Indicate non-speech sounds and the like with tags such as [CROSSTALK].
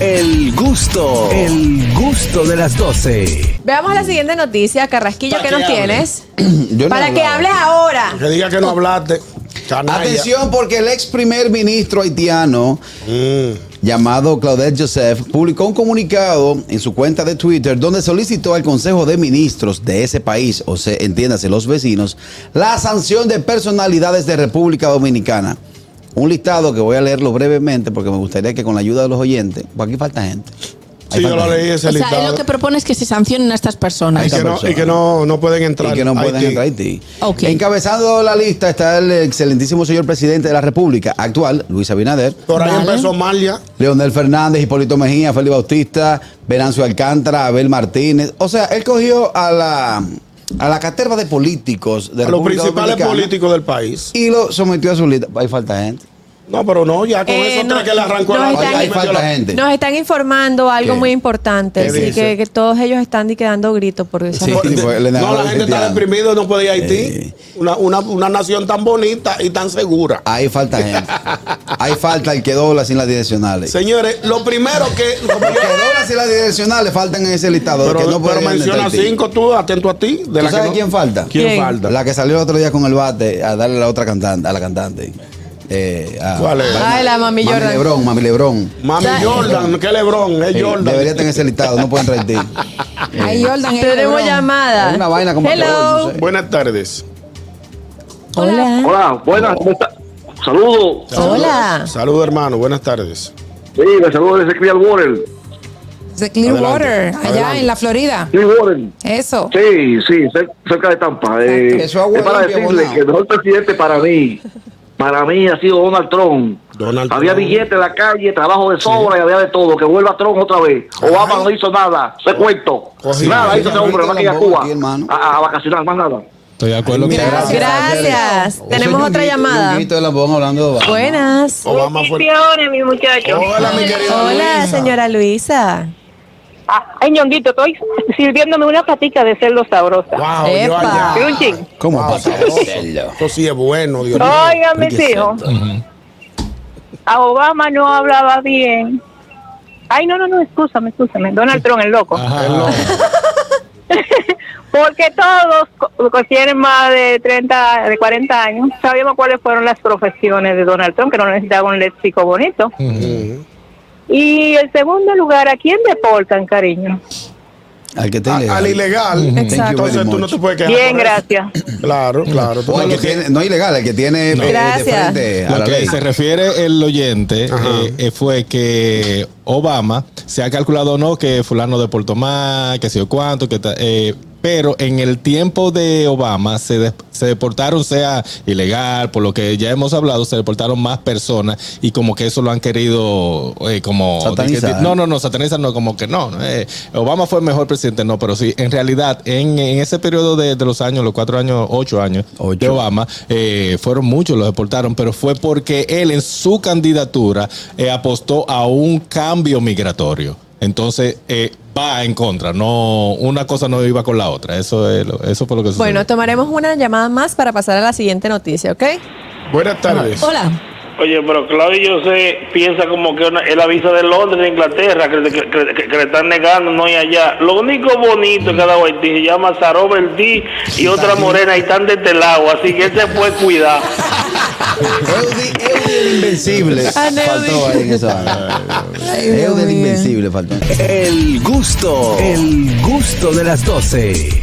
El gusto, el gusto de las 12. Veamos la siguiente noticia, Carrasquillo, Para ¿qué que nos hable. tienes? Yo no Para que hablaba. Ah, hables ahora. Que diga que no hablaste. Canalla. Atención, porque el ex primer ministro haitiano, Mm. llamado Claudette Joseph, publicó un comunicado en su cuenta de Twitter donde solicitó al Consejo de Ministros de ese país, o sea, entiéndase, los vecinos, la sanción de personalidades de República Dominicana. Un listado que voy a leerlo brevemente porque me gustaría que con la ayuda de los oyentes, pues aquí falta gente. Ahí Sí, yo falta lo gente. leí ese O sea, él listado. lo que propone es que se sancionen a estas personas. y, que no, persona. y que no, no pueden entrar. Y que no a pueden Haití. entrar a Haití. Ok. Encabezando la lista está el excelentísimo señor presidente de la República actual, Luis Abinader. Por ahí Vale. empezó Malia. Leonel Fernández, Hipólito Mejía, Félix Bautista, Venancio Alcántara, Abel Martínez. O sea, él cogió a la, a la caterva de políticos de A los República principales Dominicana políticos del país. Y lo sometió a su lista. Ahí falta gente. No, pero no, ya con Eh, eso no, tres que le arrancó no a la está vaina ahí. y metió la- Falta gente. Nos están informando algo ¿Qué? muy importante, ¿Qué así dice? que, que todos ellos están y quedando gritos porque Sí, Por- tipo, No, le negaron la el gente está haitiano. deprimida y no puede ir a Haití. Eh. Una, una, una nación tan bonita y tan segura. Ahí [LAUGHS] falta gente. Ahí falta el que dobla sin las direccionales. Señores, lo primero que. [LAUGHS] como El que yo- dobla sin las direccionales faltan en ese listado. pero el que no pero pueden entrar a menciona Haití. cinco tú, atento a ti. De ¿Tú la que sabes no- quién falta? ¿Quién, ¿Quién? falta? La que salió el otro día con el bate a darle a la otra cantante, a la cantante. Eh, a- ¿Cuál es? Ay, la mami Mami Jordan. Lebrón, Mami Lebrón. Mami Sa- Jordan, que Lebron, es Eh, Jordan. Debería estar en ese listado, no pueden traer ti. Ahí Eh, Jordan, el Tenemos Lebrón. llamada. Es una vaina como que Hello. hoy, no sé. Buenas tardes. Hola. Hola, buenas. ¿cómo está? Saludos. Hola. Saludos, hermano. Buenas tardes. Sí, me saludo desde Clear Warren. De Clearwater, Adelante. allá Adelante. en la Florida. Clear Warren. Eso. Sí, sí, cer- cerca de Tampa. Eh, Eso es es para Guadalupe decirle Bonao. que el mejor presidente para mí, para mí ha sido Donald Trump. Donald había Trump. billete en la calle, trabajo de sobra y había de todo. Que vuelva Trump otra vez. Obama no hizo nada, se cuento. Cogido. nada hizo ese hombre, Ahorita más que ir a la bomba Cuba aquí, hermano. a, a vacacionar, más nada. Estoy de acuerdo Muchas con gracias. Gracias. Eso Tenemos es otra Ñonguito, llamada. Ñonguito de Lambón hablando de Obama. Buenas. Obama fue. Oh. Bendiciones, mi muchacho. Hola, mi querida. Hola, Luisa. señora Luisa. Ah, ay, ñonguito, estoy sirviéndome una platica de cerdo sabroso. Wow, yo Epa. allá. ¿Y un chin? ¿Cómo Wow, pasa? Ah, sabroso. Esto sí es bueno, Dios mío. Oigan, mis hijos, a Obama no hablaba bien. Ay, no, no, no, escúchame, escúchame. Donald Trump, el loco. [LAUGHS] Porque todos co- que tienen más de 30, de 40 años, sabíamos cuáles fueron las profesiones de Donald Trump, que no necesitaba un léxico bonito. Y el segundo lugar, ¿a quién deportan, cariño? Al A- que está ilegal. Ah, Al ilegal. Thank you Exacto. very Entonces tú no much. te puedes quejar. Bien, por eso. gracias. Claro, claro. tú O al sabes que lo que- tiene, no ilegal, el que tiene eh, de Gracias. frente a Lo la que ley. se refiere el oyente Ajá. eh, eh, fue que Obama se ha calculado no que fulano deportó más, que sé yo cuánto, que ta- eh, pero en el tiempo de Obama se, des- se deportaron, sea ilegal, por lo que ya hemos hablado, se deportaron más personas y como que eso lo han querido eh, como... Satanizar. no, no, no, satanizar no, como que no. eh, Obama fue el mejor presidente, no, pero sí, en realidad, en, en ese periodo de, de los años, los cuatro años, ocho años Ocho. de Obama, eh, fueron muchos los deportaron, pero fue porque él en su candidatura eh, apostó a un cambio migratorio. Entonces, eh, va en contra, no, una cosa no iba con la otra. Eso, es lo- eso fue lo que sucedió. Bueno, tomaremos una llamada más para pasar a la siguiente noticia, ¿ok? Buenas tardes. Hola. Oye, pero Claudio José piensa como que una- es la visa de Londres, de Inglaterra, que, que- que- que- que le están negando, no y allá. Lo único bonito que ha dado Haití se llama Sarobel D y otra morena, y están desde el agua, así que él se puede cuidar. Eudi, Eudi el invencible. Ah, Neudi. Faltó ahí en esa. Eudi el invencible faltó. El gusto, el gusto de las 12.